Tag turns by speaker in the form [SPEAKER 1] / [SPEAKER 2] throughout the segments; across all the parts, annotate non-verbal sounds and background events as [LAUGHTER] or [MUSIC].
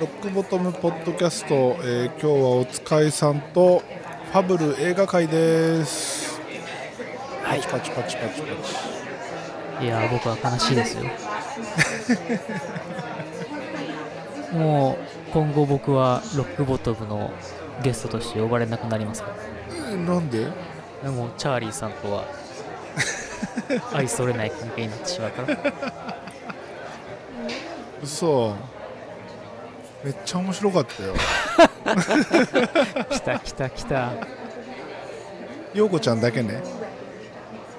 [SPEAKER 1] ロックボトムポッドキャスト、えー今日はおつかいさんとファブル映画会です。
[SPEAKER 2] はい
[SPEAKER 1] パチパチパチパチ。
[SPEAKER 2] いやー僕は悲しいですよ [LAUGHS] もう今後僕はロックボトムのゲストとして呼ばれなくなりますか
[SPEAKER 1] えーなんで？
[SPEAKER 2] らもうチャーリーさんと [LAUGHS] は愛想れない関係になってしまうから
[SPEAKER 1] 嘘。めっちゃ面白かったよ。
[SPEAKER 2] 来た来た来た
[SPEAKER 1] 陽子ちゃんだけね。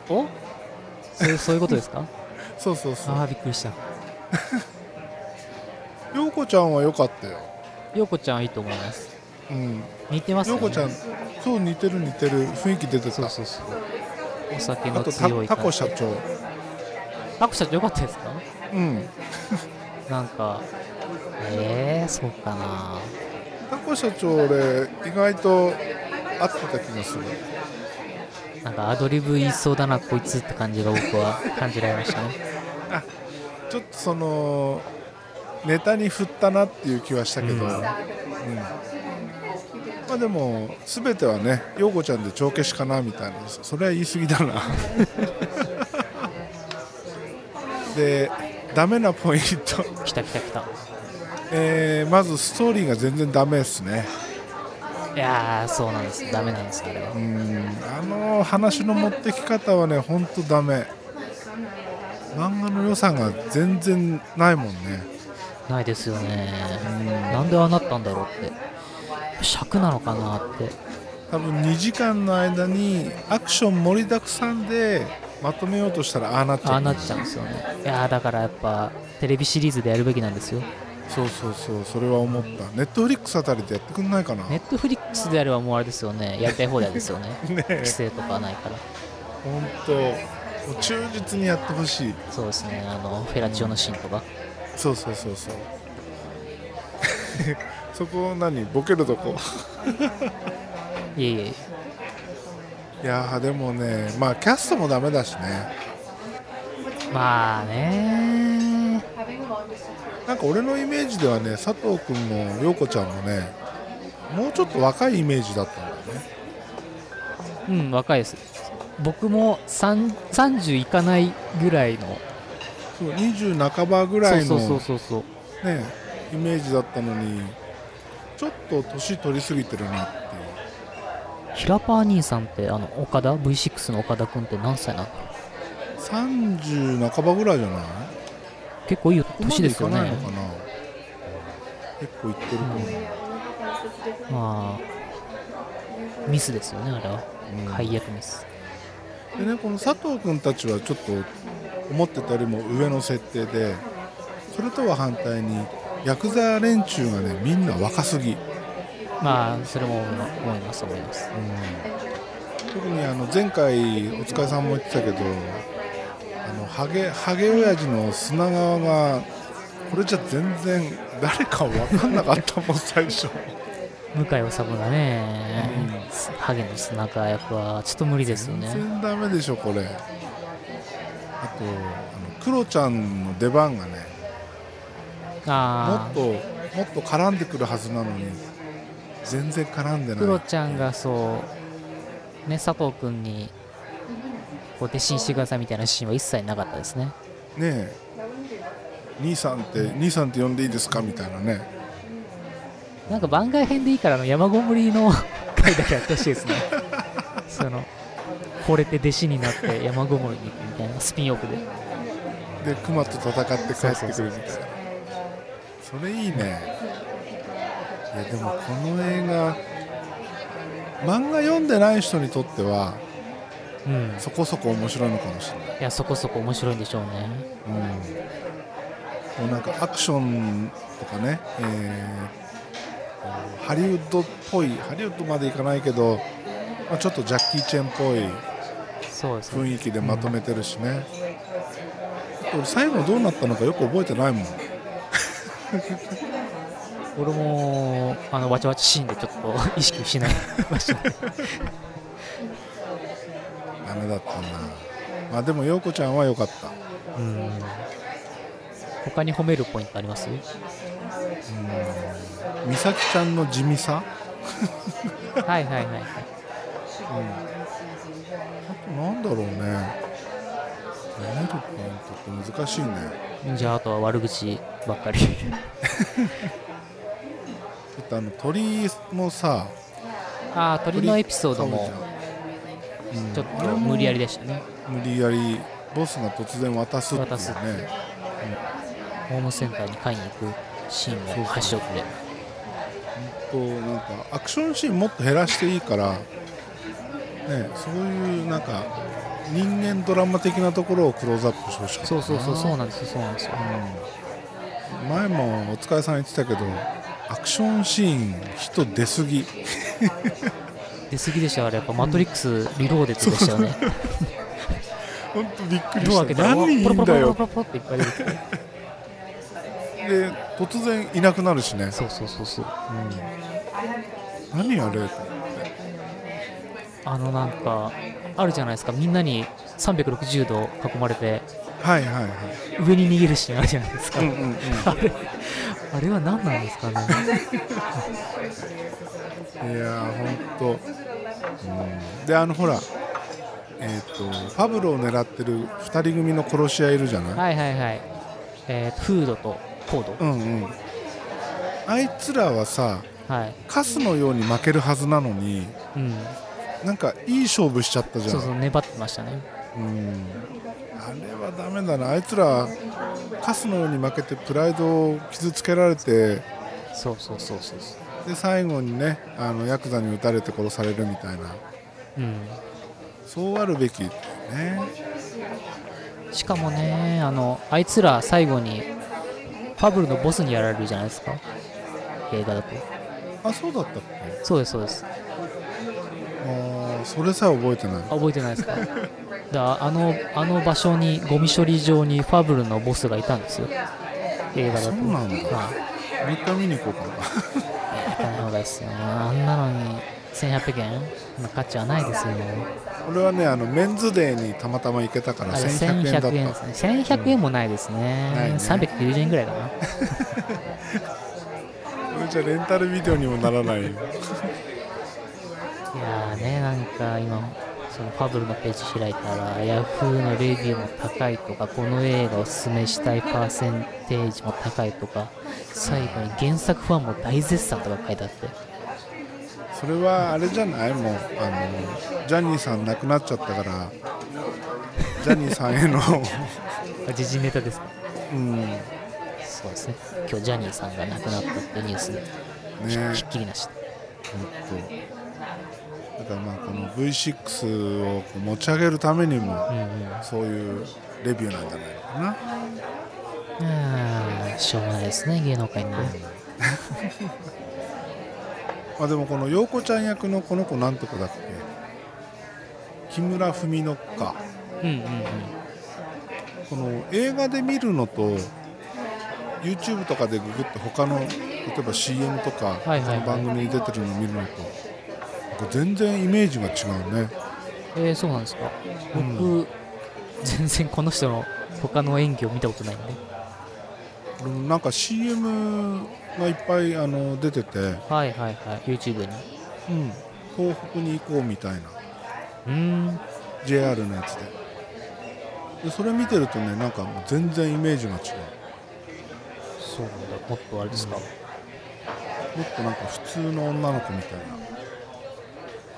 [SPEAKER 2] おそうそういうことですか
[SPEAKER 1] そうそうそ
[SPEAKER 2] [LAUGHS] あ
[SPEAKER 1] う。
[SPEAKER 2] あびっくりした
[SPEAKER 1] 陽子ちゃんは良かったよ。
[SPEAKER 2] 陽子ちゃんいいと思います
[SPEAKER 1] うん。
[SPEAKER 2] 似てますよ
[SPEAKER 1] 陽
[SPEAKER 2] ね
[SPEAKER 1] 子ちゃん、そう似てる似てる雰囲気出て
[SPEAKER 2] そう
[SPEAKER 1] た。
[SPEAKER 2] そうそうお酒
[SPEAKER 1] あ
[SPEAKER 2] の
[SPEAKER 1] と
[SPEAKER 2] 強い
[SPEAKER 1] タタ
[SPEAKER 2] 感
[SPEAKER 1] コ
[SPEAKER 2] じ
[SPEAKER 1] 社長。
[SPEAKER 2] タコ社長よかったですか
[SPEAKER 1] うん。
[SPEAKER 2] なんかえー、そうかな
[SPEAKER 1] タコ社長俺意外と合ってた気がする。
[SPEAKER 2] なんかアドリブ言いそうだなこいつって感じが僕は感じられましたね
[SPEAKER 1] ちょっとそのネタに振ったなっていう気はしたけど、うん
[SPEAKER 2] うん
[SPEAKER 1] まあでも全てはね陽子ちゃんで帳消しかなみたいなそれは言い過ぎだな [LAUGHS] でダメなポイント、
[SPEAKER 2] 来た来た来た
[SPEAKER 1] えーまずストーリーが全然ダメですね
[SPEAKER 2] いやーそうなんですダメなんですあれは
[SPEAKER 1] うんあの話の持ってき方はねほんとダメ漫画の予算が全然ないもんね
[SPEAKER 2] ないですよねなんでああなったんだろうって尺なのかなって
[SPEAKER 1] 多分2時間の間にアクション盛りだくさんでまとめようとしたらああなっちゃう
[SPEAKER 2] ああなっちゃうんですよねいやーだからやっぱテレビシリーズでやるべきなんですよ
[SPEAKER 1] そうそうそうそれは思ったネットフリックスあたりでやってくんないかな、
[SPEAKER 2] ネットフリックスであればもうあれですよねやりたい放題ですよね
[SPEAKER 1] [LAUGHS] ねえ
[SPEAKER 2] 規制とかないから
[SPEAKER 1] 本当もう忠実にやってほしい
[SPEAKER 2] そうですねあのフェラチオのシーンとか
[SPEAKER 1] そうそうそうそう [LAUGHS] そこ何ボケるとこ
[SPEAKER 2] いえいえ
[SPEAKER 1] いやーでもねまあキャストもダメだしね
[SPEAKER 2] まあね
[SPEAKER 1] なんか俺のイメージではね佐藤君も陽子ちゃんもねもうちょっと若いイメージだったんだよね
[SPEAKER 2] うん若いです僕も3 30いかないぐらいの
[SPEAKER 1] そう20半ばぐらいの
[SPEAKER 2] そうそうそうそうそう
[SPEAKER 1] ねイメージだったのにちょっと年取りすぎてるなっていう
[SPEAKER 2] 平パー兄さんってあの岡田 V6 の岡田君って何歳なの
[SPEAKER 1] 30半ばぐらいじゃない
[SPEAKER 2] 結構いい
[SPEAKER 1] ここま
[SPEAKER 2] 年
[SPEAKER 1] で
[SPEAKER 2] で
[SPEAKER 1] い
[SPEAKER 2] すよ
[SPEAKER 1] かない
[SPEAKER 2] ね
[SPEAKER 1] のかな結構いってると思う、
[SPEAKER 2] まあミスですよねあれは
[SPEAKER 1] うん
[SPEAKER 2] 解約ミス
[SPEAKER 1] でねこの佐藤君たちはちょっと思ってたよりも上の設定でそれとは反対にヤクザ連中がねみんな若すぎ、
[SPEAKER 2] まあそれも思います思います
[SPEAKER 1] 特にあの前回お疲れさんも言ってたけどあのハゲハゲ親父の砂川がこれじゃ全然誰か分かんなかったもん最初
[SPEAKER 2] 向井理がね、ハゲの砂川役はちょっと無理ですよ
[SPEAKER 1] 全
[SPEAKER 2] ね
[SPEAKER 1] 然ダメでしょこれあとあのクロちゃんの出番がねも
[SPEAKER 2] あ
[SPEAKER 1] っと
[SPEAKER 2] あ
[SPEAKER 1] もっと絡んでくるはずなのに全然絡んで
[SPEAKER 2] ク
[SPEAKER 1] な
[SPEAKER 2] ロ
[SPEAKER 1] い
[SPEAKER 2] ちゃんがそうね佐藤君にこう弟子にしてくださいみたいなシーンは一切なかったですね
[SPEAKER 1] ねえ兄さんって兄さんって呼んでいいですかみたいなね
[SPEAKER 2] なんか番外編でいいからあの山ごもりの回だけやってほしい [LAUGHS] ですね。その惚れて弟子になって山ごもりに行くみたいなスピンオフで。
[SPEAKER 1] で熊と戦って帰ってくるみたいなそれいいねいやでもこの映画漫画読んでない人にとっては
[SPEAKER 2] うん。
[SPEAKER 1] そこそこ面白いのかもしれない
[SPEAKER 2] いや、そこそこ面白いんでしょうね。
[SPEAKER 1] うん、もうなんかアクションとかね、えーハリウッドっぽいハリウッドまでいかないけど、まあ、ちょっとジャッキー・チェンっぽい
[SPEAKER 2] そうですね。
[SPEAKER 1] 雰囲気でまとめてるしね、俺最後どうなったのかよく覚えてないもん
[SPEAKER 2] 俺も、あの、わちゃわちゃシーンでちょっと [LAUGHS] 意識しないましたね。
[SPEAKER 1] ダメだったな、まあ、でも陽子ちゃんは良かった
[SPEAKER 2] うん。他に褒めるポイントあります
[SPEAKER 1] 美咲ちゃんの地味さ、
[SPEAKER 2] はいはいはいはい
[SPEAKER 1] うん、あとなんだろうね褒めるポイントって難しいね
[SPEAKER 2] じゃああとは悪口ばっかり
[SPEAKER 1] ちょっとあの鳥のさ
[SPEAKER 2] ああ鳥のエピソードも
[SPEAKER 1] 鳥うん
[SPEAKER 2] ちょっと無理やりでしたね
[SPEAKER 1] 無理やりボスが突然渡すっていう
[SPEAKER 2] 渡すってい
[SPEAKER 1] ね
[SPEAKER 2] ホームセンターに買いに行くシーンも
[SPEAKER 1] そう
[SPEAKER 2] 端
[SPEAKER 1] そ
[SPEAKER 2] 折って
[SPEAKER 1] こうなんかアクションシーンもっと減らしていいから、ね、そういうなんか人間ドラマ的なところをクローズアップしてほしかった
[SPEAKER 2] そう
[SPEAKER 1] な
[SPEAKER 2] そうそうそうなんですよそうなんですよ
[SPEAKER 1] うん前もお疲れさん言ってたけどアクションシーン人出過ぎ
[SPEAKER 2] 出過ぎでしたからやっぱ「マトリックスリローデッド」でしたよ [LAUGHS] ね
[SPEAKER 1] 本当びっくり
[SPEAKER 2] ドア
[SPEAKER 1] し
[SPEAKER 2] 開け
[SPEAKER 1] た
[SPEAKER 2] たら
[SPEAKER 1] 何人い
[SPEAKER 2] ポロ
[SPEAKER 1] ん
[SPEAKER 2] ポロ
[SPEAKER 1] だ
[SPEAKER 2] ポロ
[SPEAKER 1] よ
[SPEAKER 2] ポロポロっていっぱい出てきて
[SPEAKER 1] で突然いなくなるしね
[SPEAKER 2] そうそうそうそう
[SPEAKER 1] 何あれ
[SPEAKER 2] あのなんかあるじゃないですかみんなに360度囲まれて
[SPEAKER 1] はいはいはい
[SPEAKER 2] 上に逃げるシーンあるじゃないですか、
[SPEAKER 1] うんうんうん
[SPEAKER 2] あれあれは何なんです [LAUGHS] かね
[SPEAKER 1] いやー、本当。で、あの、ほら。えっ、と、ファブルを狙ってる二人組の殺し屋いるじゃない。
[SPEAKER 2] はいはいはい、えー、フードとコード、
[SPEAKER 1] うんうん。あいつらはさ、
[SPEAKER 2] はい、
[SPEAKER 1] カスのように負けるはずなのに。
[SPEAKER 2] うん、
[SPEAKER 1] なんかいい勝負しちゃったじゃん。
[SPEAKER 2] そうそう粘ってましたね
[SPEAKER 1] うん。あれはダメだな。あいつら。カスのように負けてプライドを傷つけられて。
[SPEAKER 2] そうそうそうそうそ
[SPEAKER 1] で、最後にね、あのヤクザに撃たれて殺されるみたいな。
[SPEAKER 2] う、うん、
[SPEAKER 1] そうあるべきだよね。
[SPEAKER 2] しかもねあのあいつら最後にファブルのボスにやられるじゃないですか映画だと
[SPEAKER 1] あ、そうだったっけ。
[SPEAKER 2] そうですそうです
[SPEAKER 1] あーそれさえ覚えてない
[SPEAKER 2] あ覚えてないで
[SPEAKER 1] [LAUGHS]
[SPEAKER 2] すかだからあのあの場所にゴミ処理場にファブルのボスがいたんですよ映画だと
[SPEAKER 1] そうなんだ
[SPEAKER 2] はい
[SPEAKER 1] もう一回見に行こうかな [LAUGHS]
[SPEAKER 2] 行かない方がいいっすよあんなのに1800円の価値はないですよ
[SPEAKER 1] 俺はねあのメンズデーにたまたま行けたから
[SPEAKER 2] あれ
[SPEAKER 1] 1100円だ
[SPEAKER 2] 1100円
[SPEAKER 1] っ
[SPEAKER 2] で
[SPEAKER 1] た
[SPEAKER 2] すね1100円もないです
[SPEAKER 1] ない
[SPEAKER 2] ね
[SPEAKER 1] ね
[SPEAKER 2] 390円ぐらいかな
[SPEAKER 1] それじゃレンタルビデオにもならないよ
[SPEAKER 2] いやーねなんか今そのファブルのページ開いたらヤフーのレビューも高いとかこの映画おすすめしたいパーセンテージも高いとか最後に原作ファンも大絶賛とか書いてあって
[SPEAKER 1] それはあれじゃないもうあのジャニーさん亡くなっちゃったからジャニーさん
[SPEAKER 2] [LAUGHS]
[SPEAKER 1] への
[SPEAKER 2] あ時事ネタですね
[SPEAKER 1] うんね
[SPEAKER 2] そうですね今日ジャニーさんが亡くなったってニュースでひっきりなしで
[SPEAKER 1] 本当だからまあこの V6 をこう持ち上げるために
[SPEAKER 2] う
[SPEAKER 1] も
[SPEAKER 2] んうん
[SPEAKER 1] そういうレビューなんじゃないのかな
[SPEAKER 2] あーしょうがないですね芸能界にね
[SPEAKER 1] まあでもこの陽子ちゃん役のこの子なんとかだっけ木村文乃か
[SPEAKER 2] うんうんうん
[SPEAKER 1] この映画で見るのと YouTube とかでググって他の例えば CM とか
[SPEAKER 2] はいはいはい
[SPEAKER 1] 他の番組に出てるのを見るのとなんか全然イメージが違うね
[SPEAKER 2] えー、そうなんですか僕、
[SPEAKER 1] う
[SPEAKER 2] 全然この人の他の演技を見たことないんで
[SPEAKER 1] 俺もなんか CM がいっぱいあの出てて、
[SPEAKER 2] はいはいはい YouTube にう
[SPEAKER 1] うん、東北に行こうみたいな
[SPEAKER 2] ーん
[SPEAKER 1] JR のやつででそれ見てるとねなんかもう全然イメージが違う
[SPEAKER 2] そうなんだもっとあれですか、
[SPEAKER 1] もっとなんか普通の女の子みたいな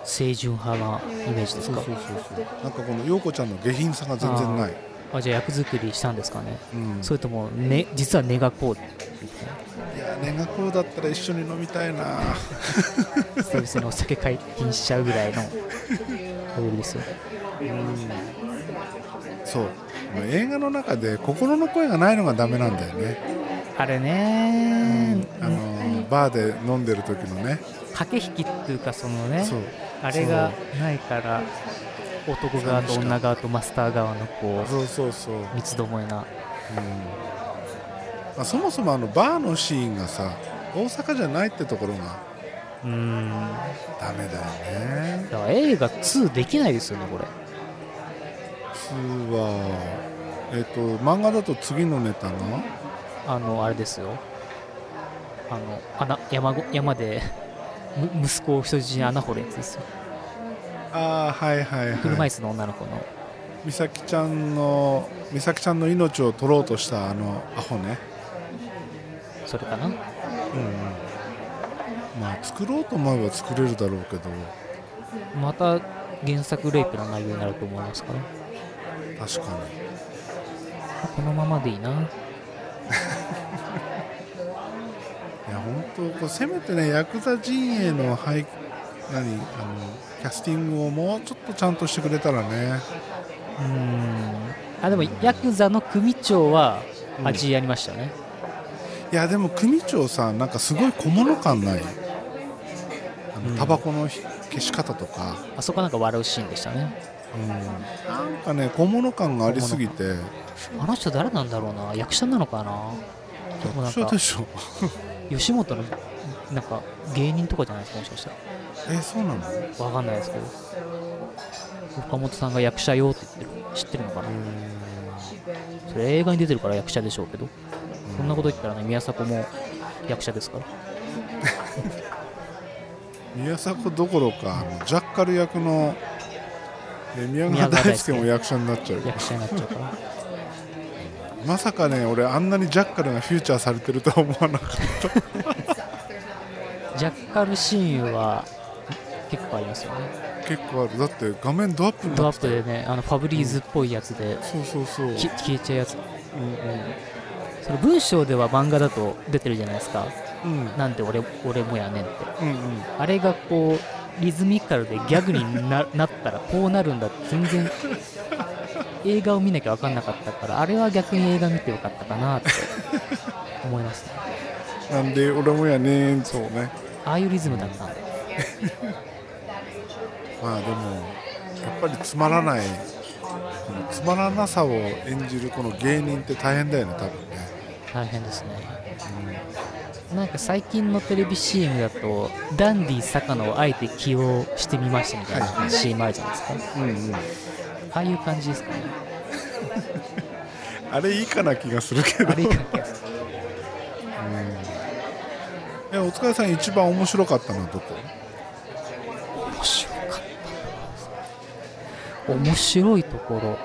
[SPEAKER 2] 清純派なイメージです
[SPEAKER 1] そう
[SPEAKER 2] か
[SPEAKER 1] そうそうそうなんかこの陽子ちゃんの下品さが全然ない、
[SPEAKER 2] あじゃあ役作りしたんですかね、
[SPEAKER 1] うん、
[SPEAKER 2] それとも、ね、実は根がこうって言って
[SPEAKER 1] いや年賀こうだったら一緒に飲みたいな [LAUGHS]
[SPEAKER 2] 久々にお酒解禁しちゃうぐらいのレベルですよ
[SPEAKER 1] そう映画の中で心の声がないのがダメなんだよね、
[SPEAKER 2] あれね
[SPEAKER 1] あのバーで飲んでる時のね
[SPEAKER 2] 駆け引きっていうかそのね
[SPEAKER 1] そう
[SPEAKER 2] あれがないから男側と女側とマスター側のこう
[SPEAKER 1] そうそうそう、うん
[SPEAKER 2] 三つどもえな
[SPEAKER 1] まあ、そもそもあのバーのシーンがさ大阪じゃないってところが
[SPEAKER 2] うーん
[SPEAKER 1] ダメだよね
[SPEAKER 2] だから映画2できないですよねこれ
[SPEAKER 1] 普通はえっ、と漫画だと次のネタが
[SPEAKER 2] あのあれですよあの穴山ご山でむ息子を人質に穴掘るやつですよ
[SPEAKER 1] ああはいはい
[SPEAKER 2] 車
[SPEAKER 1] は
[SPEAKER 2] 椅
[SPEAKER 1] い
[SPEAKER 2] 子の女の子の
[SPEAKER 1] 美咲ちゃんの美咲ちゃんの命を取ろうとしたあのアホね
[SPEAKER 2] それかな
[SPEAKER 1] まあ作ろうと思えば作れるだろうけど
[SPEAKER 2] また原作レイプの内容になると思いますから
[SPEAKER 1] 確か
[SPEAKER 2] このままでいいな
[SPEAKER 1] にいや本当こうせめてねヤクザ陣営の配何あのキャスティングをもうちょっとちゃんとしてくれたらね
[SPEAKER 2] うんあでもヤクザの組長は
[SPEAKER 1] うん
[SPEAKER 2] 味やりましたね、
[SPEAKER 1] いやでも組長さんなんかすごい小物感ないあのタバコのひ消し方とか、
[SPEAKER 2] あそこなんか笑うシーンでしたね
[SPEAKER 1] うん、なんかね小物感がありすぎて
[SPEAKER 2] あの人誰なんだろうな役者なのかなでもなん
[SPEAKER 1] そ
[SPEAKER 2] か
[SPEAKER 1] うでしょ
[SPEAKER 2] 吉本のなんか芸人とかじゃないですかもしかしたら
[SPEAKER 1] えそうなの
[SPEAKER 2] わかんないですけど岡本さんが役者よって言ってる知ってるのかなそれ映画に出てるから役者でしょうけどそんなこと言ったらね宮迫も役者ですから
[SPEAKER 1] 宮迫どころかあのジャッカル役のえ宮川大輔も役者になっちゃう
[SPEAKER 2] 役者になっちゃうから
[SPEAKER 1] まさかね俺あんなにジャッカルがフューチャーされてるとは思わなかった
[SPEAKER 2] ジャッカルシーンは結構ありますよね
[SPEAKER 1] 結構あるだって画面ドアップに
[SPEAKER 2] ド
[SPEAKER 1] な
[SPEAKER 2] ア
[SPEAKER 1] っ
[SPEAKER 2] ッ
[SPEAKER 1] て
[SPEAKER 2] プでねあのファブリーズっぽいやつで、
[SPEAKER 1] そうそうそう、うんうん
[SPEAKER 2] き、消えちゃうやつ、その文章では漫画だと出てるじゃないですか
[SPEAKER 1] うん
[SPEAKER 2] なんで俺俺もやねんって
[SPEAKER 1] うんうん
[SPEAKER 2] あれがこうリズミカルでギャグにな [LAUGHS] なったらこうなるんだって全然映画を見なきゃ分かんなかったからあれは逆に映画見てよかったかなって思いますね
[SPEAKER 1] なんで俺もやねーんそうね
[SPEAKER 2] ああいうリズムだったんで
[SPEAKER 1] まあでもやっぱりつまらないこのつまらなさを演じるこの芸人って大変だよね多分ね
[SPEAKER 2] 大変ですね、なんか最近のテレビ CM だとダンディ坂野をあえて起用してみましたみたいな CM あるじゃないですか、
[SPEAKER 1] うんうん
[SPEAKER 2] ああいう感じですかね
[SPEAKER 1] あれいいかな気がするけど
[SPEAKER 2] あれいい感じです
[SPEAKER 1] えお疲れさん一番面白かったのはどこ
[SPEAKER 2] 面白かった面白いところ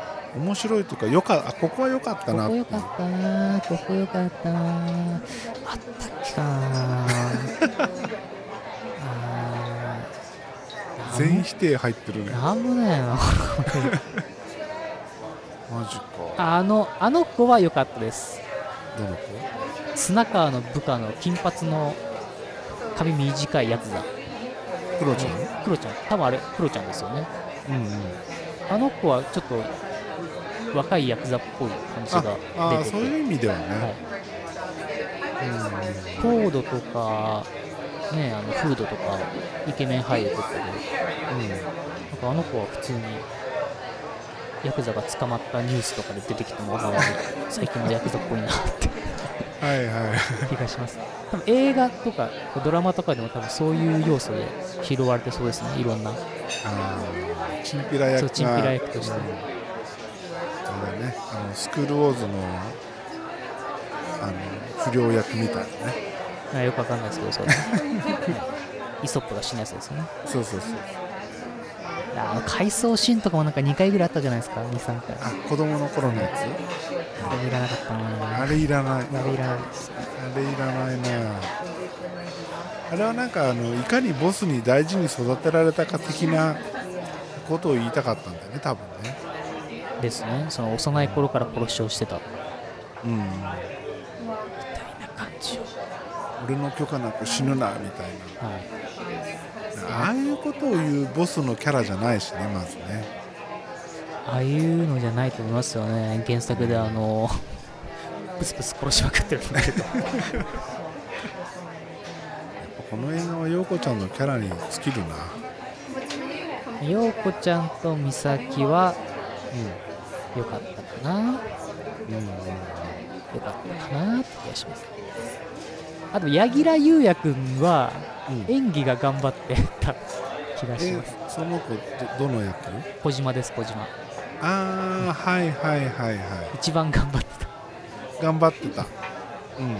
[SPEAKER 1] 面白いとかよかあここは良かったな
[SPEAKER 2] こ
[SPEAKER 1] っ
[SPEAKER 2] こ
[SPEAKER 1] て
[SPEAKER 2] よかったなここよかったなあったっけかな
[SPEAKER 1] [LAUGHS]
[SPEAKER 2] あー
[SPEAKER 1] 全否定入ってるね
[SPEAKER 2] なんもないな
[SPEAKER 1] マジか
[SPEAKER 2] あのあの子は良かったです
[SPEAKER 1] どの
[SPEAKER 2] 砂川の部下の金髪の髪短いやつだ
[SPEAKER 1] 子クロちゃん
[SPEAKER 2] クロちゃん多分あれクロちゃんですよね
[SPEAKER 1] うんうん
[SPEAKER 2] あの子はちょっと若いヤクザっぽい感じ
[SPEAKER 1] あ
[SPEAKER 2] が
[SPEAKER 1] あ
[SPEAKER 2] 出て
[SPEAKER 1] そう
[SPEAKER 2] て
[SPEAKER 1] いう意味では
[SPEAKER 2] は
[SPEAKER 1] ね、
[SPEAKER 2] い、コードとか、ね、あのフードとかイケメン俳優とかでなんかあの子は普通にヤクザが捕まったニュースとかで出てきてもあ最近のヤクザっぽいなって
[SPEAKER 1] うん、はいはい
[SPEAKER 2] 気がします多分映画とかドラマとかでも多分そういう要素で拾われてそうですねいろんな
[SPEAKER 1] あーチンピラ役
[SPEAKER 2] そう
[SPEAKER 1] が
[SPEAKER 2] チンピラ役として、
[SPEAKER 1] うんあれねあのスクールウォーズのあの不良役みたいなね
[SPEAKER 2] あよくわかんないですけどそれね [LAUGHS] イソップが死ぬやつですよね
[SPEAKER 1] そうそうそう
[SPEAKER 2] あの回想シーンとかもなんか2回ぐらいあったじゃないですか23回
[SPEAKER 1] あ子供の頃のやつ
[SPEAKER 2] あれいらなかったな
[SPEAKER 1] あれいらない
[SPEAKER 2] あれいらないです
[SPEAKER 1] あれいらないなあれはなんかあのいかにボスに大事に育てられたか的なことを言いたかったんだよね多分ね
[SPEAKER 2] ですねその幼い頃から殺しをしてたみ
[SPEAKER 1] うん
[SPEAKER 2] たいな感じを
[SPEAKER 1] 俺の許可なく死ぬなみたい
[SPEAKER 2] はい
[SPEAKER 1] なああいうことを言うボスのキャラじゃないしねまずね
[SPEAKER 2] ああいうのじゃないと思いますよね原作であのプスプス殺しまくってるの見ると
[SPEAKER 1] この映画は陽子ちゃんのキャラに尽きるな
[SPEAKER 2] 陽子ちゃんと美咲は良かったかな
[SPEAKER 1] うん、うん、
[SPEAKER 2] 良かったかなって気がしますあと柳楽優弥君は
[SPEAKER 1] うん
[SPEAKER 2] 演技が頑張ってた気がし
[SPEAKER 1] え
[SPEAKER 2] ます
[SPEAKER 1] その子どどの役
[SPEAKER 2] 小島です小島
[SPEAKER 1] ああはいはいはいは
[SPEAKER 2] 一番頑張って
[SPEAKER 1] い
[SPEAKER 2] た
[SPEAKER 1] 頑張ってたうん、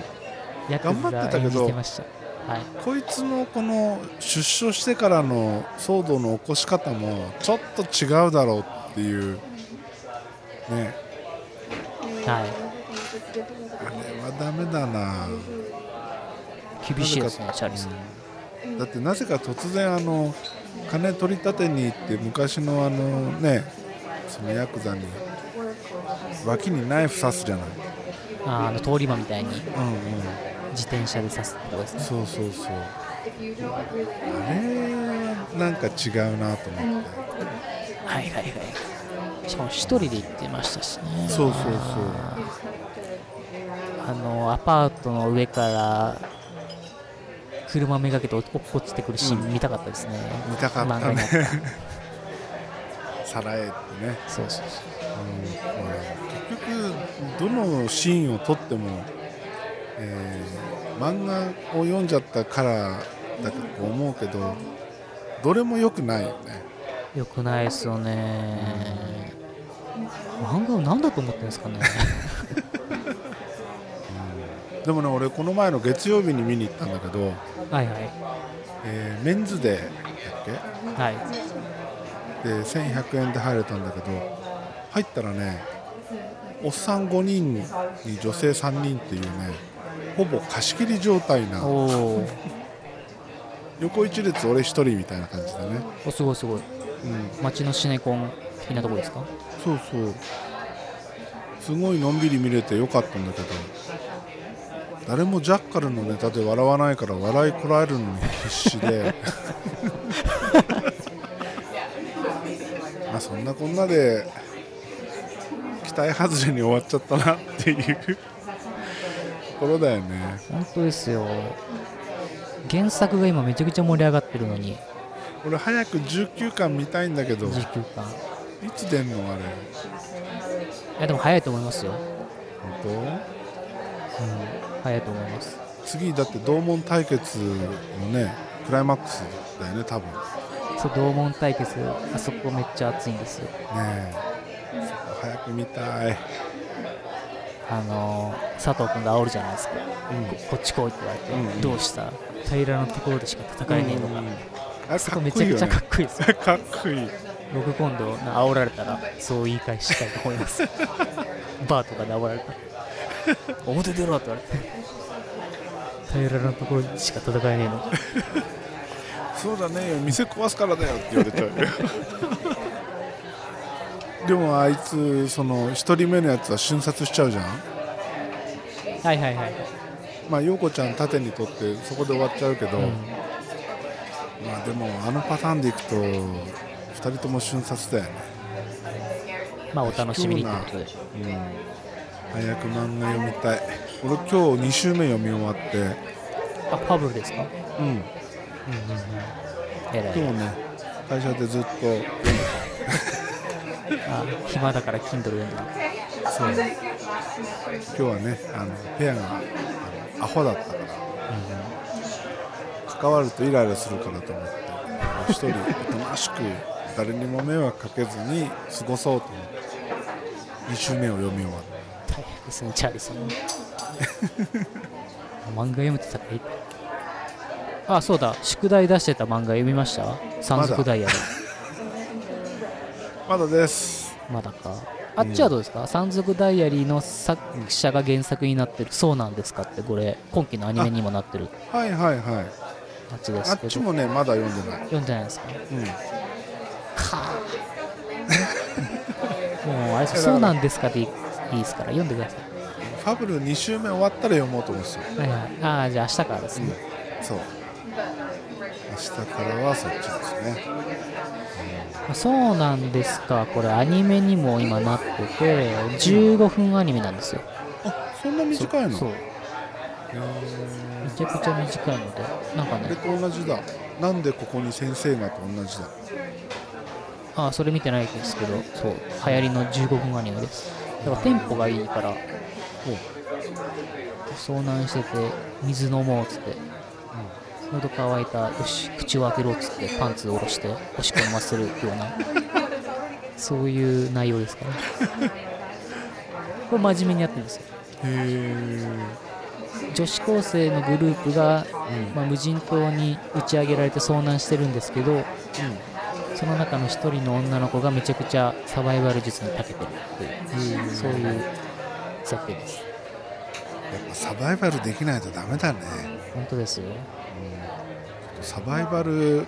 [SPEAKER 2] ヤク
[SPEAKER 1] 頑張
[SPEAKER 2] ザ
[SPEAKER 1] ってたけ
[SPEAKER 2] 演
[SPEAKER 1] ど
[SPEAKER 2] じてましたはい
[SPEAKER 1] こいつのこの出所してからの騒動の起こし方もちょっと違うだろうっていうねあ
[SPEAKER 2] は
[SPEAKER 1] れはダメだない
[SPEAKER 2] 厳しいですねチャーリーさん、
[SPEAKER 1] だってなぜか突然あの金取り立てに行って昔のあのねそのヤクザに脇にナイフ刺すじゃない、
[SPEAKER 2] あーあの通り魔みたいに
[SPEAKER 1] うんうん、
[SPEAKER 2] 自転車で刺すとこですね
[SPEAKER 1] そうそうそうあれはなんか違うなと思って
[SPEAKER 2] はいはいはいしかも一人で行ってましたしね
[SPEAKER 1] そうそうそう
[SPEAKER 2] あのアパートの上から車めがけて落落っこちてくるシーン見たかったですね、
[SPEAKER 1] 見たかっ
[SPEAKER 2] 漫画
[SPEAKER 1] た
[SPEAKER 2] にな
[SPEAKER 1] ね
[SPEAKER 2] った
[SPEAKER 1] さらえってね
[SPEAKER 2] そうそうそう
[SPEAKER 1] うん結局どのシーンを撮っても、えー漫画を読んじゃったからだと思うけどどれも良くないよね
[SPEAKER 2] よくないですよね、漫画を何だと思ってるんです
[SPEAKER 1] [LAUGHS]
[SPEAKER 2] かね
[SPEAKER 1] でもね俺この前の月曜日に見に行ったんだけど、
[SPEAKER 2] はいはい
[SPEAKER 1] えーメンズデーだっ
[SPEAKER 2] はい
[SPEAKER 1] けで1100円で入れたんだけど入ったらねおっさん5人に女性3人っていうねほぼ貸し切り状態な
[SPEAKER 2] おー
[SPEAKER 1] 横一列俺1人みたいな感じでね、
[SPEAKER 2] おすごいすごい
[SPEAKER 1] うん、
[SPEAKER 2] 街のシネコン的なところですか
[SPEAKER 1] そうそうすごいのんびり見れてよかったんだけど誰もジャッカルのネタで笑わないから笑いこらえるのに必死 [LAUGHS] でまあそんなこんなで期待外れに終わっちゃったなっていうところだよね
[SPEAKER 2] 本当ですよ原作が今めちゃくちゃ盛り上がってるのに
[SPEAKER 1] 俺早く19巻見たいんだけどい
[SPEAKER 2] 19巻
[SPEAKER 1] つ出んのあれ
[SPEAKER 2] いやでも早いと思いますよ、
[SPEAKER 1] 本
[SPEAKER 2] うん、早いと思います
[SPEAKER 1] 当次だって同門対決のねクライマックスだよね多分
[SPEAKER 2] そう同門対決あそこめっちゃ熱いんですよ
[SPEAKER 1] ねえ早く見たい
[SPEAKER 2] あのー佐藤君が煽るじゃないですか、ここっち来いって言われて、
[SPEAKER 1] うんうん
[SPEAKER 2] どうした平らなところでしか戦えねえのか、
[SPEAKER 1] あれ
[SPEAKER 2] そ
[SPEAKER 1] か
[SPEAKER 2] こ
[SPEAKER 1] っ
[SPEAKER 2] め
[SPEAKER 1] こ
[SPEAKER 2] ち
[SPEAKER 1] い
[SPEAKER 2] ゃ
[SPEAKER 1] い
[SPEAKER 2] く
[SPEAKER 1] よ
[SPEAKER 2] ちゃ
[SPEAKER 1] ね
[SPEAKER 2] かっこいいですよ
[SPEAKER 1] かっこいい
[SPEAKER 2] 僕今度な煽られたらそう言い返したいと思います [LAUGHS] バーとかで煽られたら [LAUGHS] 表出ろって言われて平らなところでしか戦えねえのか
[SPEAKER 1] そうだね店壊すからだよって言われちゃうよ [LAUGHS] でもあいつその一人目のやつは瞬殺しちゃうじゃん
[SPEAKER 2] はいはいはい、
[SPEAKER 1] まあ陽子ちゃん縦に取ってそこで終わっちゃうけど、
[SPEAKER 2] うん
[SPEAKER 1] まあでもあのパターンでいくと2人とも瞬殺だよね
[SPEAKER 2] まあお楽しみにということで
[SPEAKER 1] 早く漫画読みたい俺今日2週目読み終わって
[SPEAKER 2] あファブルですかうん
[SPEAKER 1] うん
[SPEAKER 2] うんうんえらい
[SPEAKER 1] 今日ね会社でずっと
[SPEAKER 2] あ暇だから Kindle 読んでる
[SPEAKER 1] そう今日はねあのペアがあのアホだったから、関わるとイライラするからと思って一人おとなしく誰にも迷惑かけずに過ごそうと思って2週目を読み終わっ
[SPEAKER 2] 大変ですねチャーリーさん [LAUGHS] 漫画読めてたかいあそうだ宿題出してた漫画読みました山賊ダイヤル
[SPEAKER 1] たまだです
[SPEAKER 2] まだかあっちはどうですか、山賊ダイアリーの作者が原作になってる「そうなんですか」ってこれ今期のアニメにもなってる
[SPEAKER 1] はいはいはい
[SPEAKER 2] やつで
[SPEAKER 1] あ
[SPEAKER 2] す
[SPEAKER 1] っ
[SPEAKER 2] け
[SPEAKER 1] ち
[SPEAKER 2] ど
[SPEAKER 1] もねまだ読んでない、
[SPEAKER 2] 読んでないですか
[SPEAKER 1] うん、
[SPEAKER 2] かもうあれですそうなんですかでいいいいですから読んでくださ
[SPEAKER 1] ファブル2週目終わったら読もうと思ってた
[SPEAKER 2] い、はいはい、ああじゃあ明日からですね、
[SPEAKER 1] そう明日からはそっちですね
[SPEAKER 2] まあそうなんですかこれアニメにも今なってて15分アニメなんですよ
[SPEAKER 1] あそんな短いの
[SPEAKER 2] そうめちゃくちゃ短いのでなんか
[SPEAKER 1] あれ
[SPEAKER 2] ね
[SPEAKER 1] と同じだなんでここに先生がと同じだ
[SPEAKER 2] あそれ見てないですけどそう流行りの15分アニメですだからテンポがいいから遭難してて水飲もうっつって、喉乾いたよし口を開けろっつってパンツを下ろしておしっこ飲ませるよう [LAUGHS] なそういう内容ですから、ね、これ真面目にやってるんですよ
[SPEAKER 1] へえ
[SPEAKER 2] 女子高生のグループが、
[SPEAKER 3] うん
[SPEAKER 2] まあ、無人島に打ち上げられて遭難してるんですけどその中の一人の女の子がめちゃくちゃサバイバル術に長けてるっていう、そういう設定です
[SPEAKER 1] やっぱサバイバルできないとダメだね
[SPEAKER 2] 本当ですよ
[SPEAKER 1] サバイバルえ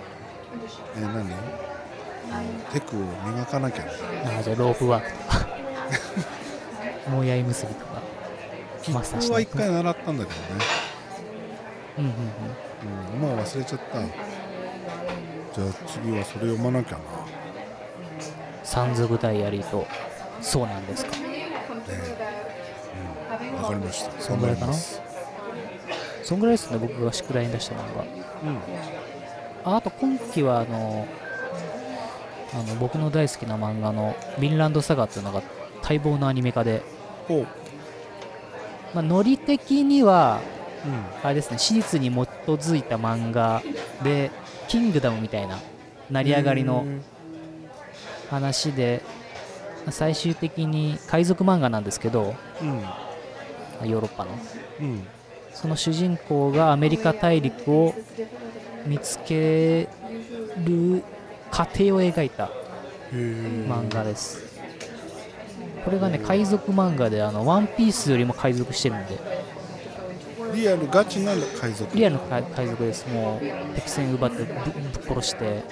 [SPEAKER 1] 何テクを磨かなきゃ
[SPEAKER 2] ああじゃあロープワークとかもやい結びとか
[SPEAKER 1] キ
[SPEAKER 2] マスター
[SPEAKER 1] ッ
[SPEAKER 2] し
[SPEAKER 1] ク
[SPEAKER 2] な
[SPEAKER 1] はい一
[SPEAKER 2] と
[SPEAKER 1] 回習ったんだけどね、
[SPEAKER 2] うんうんうん
[SPEAKER 1] うん、もう忘れちゃったじゃあ次はそれ読まなきゃな
[SPEAKER 2] 山賊ダイアリーとそうなんですか
[SPEAKER 1] わかりました
[SPEAKER 2] そんぐらいかな
[SPEAKER 1] 頑張ります
[SPEAKER 2] そんぐらいですね僕が宿題に出した漫画
[SPEAKER 1] うん
[SPEAKER 2] ああと今期はあのあの僕の大好きな漫画の「ヴィンランドサガ」っていうのが待望のアニメ化で、
[SPEAKER 1] ほう
[SPEAKER 2] まあ、ノリ的には
[SPEAKER 1] うん
[SPEAKER 2] あれですね史実に基づいた漫画で「キングダム」みたいな成り上がりの話で最終的に海賊漫画なんですけど
[SPEAKER 1] うん
[SPEAKER 2] ヨーロッパの
[SPEAKER 1] うん
[SPEAKER 2] その主人公がアメリカ大陸を見つける過程を描いた
[SPEAKER 1] へえ
[SPEAKER 2] 漫画ですこれがね海賊漫画であのワンピースよりも海賊してるんで
[SPEAKER 1] リアルガチな海賊
[SPEAKER 2] リアルの海海賊ですもう敵船奪ってぶぶっ殺して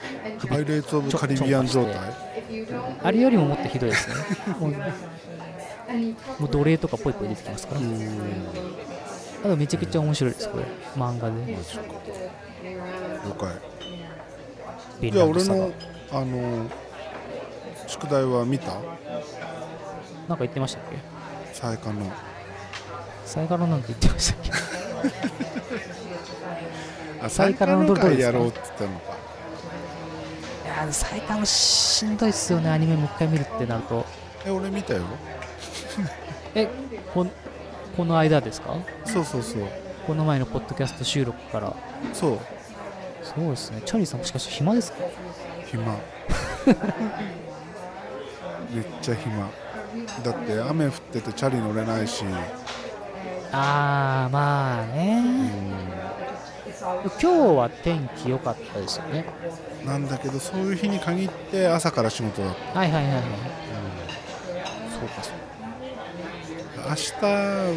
[SPEAKER 1] パイレーツ・オブ・カリビアン状態
[SPEAKER 2] あれよりももっとひどいですねもうもう奴隷とかポイポイ出てきますからただめちゃくちゃ面白いですこれ漫画で
[SPEAKER 1] 了解
[SPEAKER 2] ヴィ
[SPEAKER 1] じ
[SPEAKER 2] ン
[SPEAKER 1] ゃあ
[SPEAKER 2] ランド
[SPEAKER 1] 俺
[SPEAKER 2] サガ
[SPEAKER 1] のあの宿題は見た
[SPEAKER 2] なんか言ってましたっけ
[SPEAKER 1] 最下の
[SPEAKER 2] サイカロなんて言ってましたっけ
[SPEAKER 1] あ
[SPEAKER 2] 最下のどれ
[SPEAKER 1] 最下
[SPEAKER 2] ですか
[SPEAKER 1] やろうって言ったのか
[SPEAKER 2] いやーサイカロしんどいっすよねアニメもう一回見るってなると
[SPEAKER 1] え俺見たよ
[SPEAKER 2] えこんこの間ですか
[SPEAKER 1] そうそうそう
[SPEAKER 2] この前のポッドキャスト収録から
[SPEAKER 1] そう
[SPEAKER 2] そうですねチャーリーさんもしかして暇ですか
[SPEAKER 1] 暇
[SPEAKER 2] [LAUGHS]
[SPEAKER 1] めっちゃ暇だって雨降っててチャリ乗れないし
[SPEAKER 2] ああまあ
[SPEAKER 1] う
[SPEAKER 2] ね
[SPEAKER 1] ん
[SPEAKER 2] 今日は天気良かったですよね
[SPEAKER 1] なんだけどそういう日に限って朝から仕事だった
[SPEAKER 2] はいはいはいはい、そうかそう
[SPEAKER 1] 明日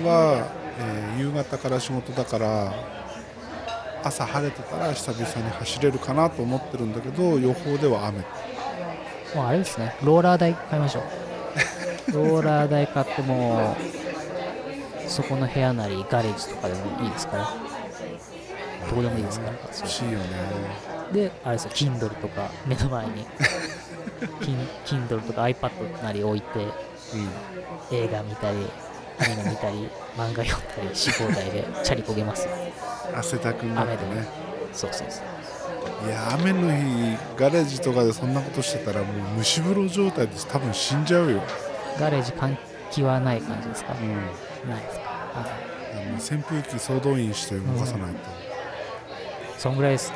[SPEAKER 1] は、えー夕方から仕事だから朝晴れてたら久々に走れるかなと思ってるんだけど予報では雨
[SPEAKER 2] かもうあれですねローラー台買いましょ
[SPEAKER 1] [LAUGHS]
[SPEAKER 2] うローラー台買ってもうそこの部屋なりガレージとかでもいいですからどこでもいいですから
[SPEAKER 1] 欲しいよね
[SPEAKER 2] であれですよ Kindle とか目の
[SPEAKER 1] [LAUGHS]
[SPEAKER 2] 前に Kin- Kindle とか iPad なり置いて映画見たりアニメ見たり漫画読んだりし放題でチャリこげますよ
[SPEAKER 1] うん汗だくになっ
[SPEAKER 2] 雨
[SPEAKER 1] て
[SPEAKER 2] で
[SPEAKER 1] ね
[SPEAKER 2] ねそうそうそう
[SPEAKER 1] いや雨の日ガレージとかでそんなことしてたらもう蒸し風呂状態です多分死んじゃうよ、
[SPEAKER 2] ガレージ換気はない感じですか、
[SPEAKER 1] うん、
[SPEAKER 2] ないですかあ
[SPEAKER 1] あの扇風機総動員して動かさないと、
[SPEAKER 2] そんぐらいです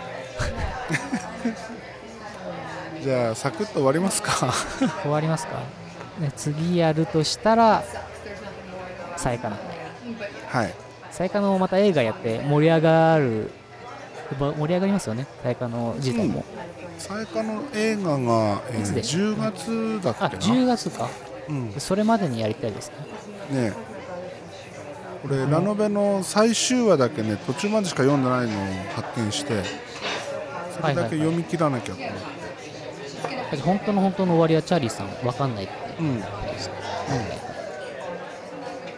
[SPEAKER 1] じゃあサクッと終わりますか [LAUGHS]
[SPEAKER 2] 終わりますか、ね、次やるとしたら最下の回
[SPEAKER 1] はい
[SPEAKER 2] 最下のまた映画やって盛り上がるやっぱ盛り上がりますよね最下の自体も、
[SPEAKER 1] 最下の映画が、えー
[SPEAKER 2] いつでしょう
[SPEAKER 1] 10月だっ
[SPEAKER 2] あ
[SPEAKER 1] けな、
[SPEAKER 2] 10月か
[SPEAKER 1] うん、
[SPEAKER 2] それまでにやりたいですね
[SPEAKER 1] ねこれ、ラノベの最終話だけね途中までしか読んでないのを発見してそれだけ読み切らなきゃと思って、
[SPEAKER 2] だって本当の本当の終わりはチャーリーさん分かんないって
[SPEAKER 1] うん
[SPEAKER 2] ことですね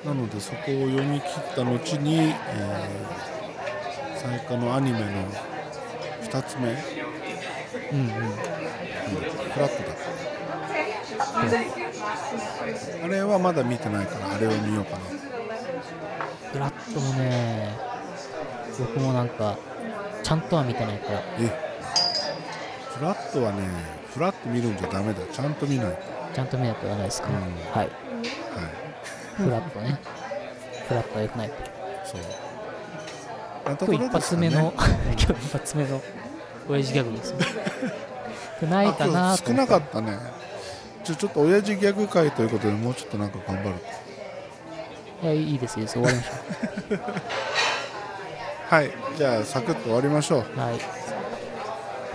[SPEAKER 1] なのでそこを読み切った後に、えー、最下のアニメの2つ目
[SPEAKER 2] うんうん
[SPEAKER 1] フラットだったあれはまだ見てないからあれを見ようかな
[SPEAKER 2] フラットもね僕もなんかちゃんとは見てないから
[SPEAKER 1] えフラットはねフラット見るんじゃダメだよちゃんと見ないと、
[SPEAKER 2] ちゃんと見ないとダメですか、
[SPEAKER 1] うん
[SPEAKER 2] はい
[SPEAKER 1] はい、
[SPEAKER 2] フラットねフラットはよくない
[SPEAKER 1] そうなとこ
[SPEAKER 2] 今
[SPEAKER 1] ろ
[SPEAKER 2] 日
[SPEAKER 1] ですかね
[SPEAKER 2] 一発目の [LAUGHS] 今日一発目の親父ギャグですねないか
[SPEAKER 1] あ
[SPEAKER 2] な
[SPEAKER 1] 今日
[SPEAKER 2] と
[SPEAKER 1] 少
[SPEAKER 2] 思
[SPEAKER 1] な
[SPEAKER 2] っ
[SPEAKER 1] か
[SPEAKER 2] た
[SPEAKER 1] ったねじゃあちょっと親父ギャグ会ということでもうちょっとなんか頑張る
[SPEAKER 2] いやいいですいいです終わりましょう
[SPEAKER 1] はいじゃあサクッと終わりましょう
[SPEAKER 2] はい、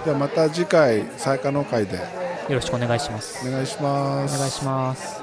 [SPEAKER 1] じゃあまた次回再可能会で
[SPEAKER 2] よろしくお願いします。
[SPEAKER 1] お願いします
[SPEAKER 2] お願いします。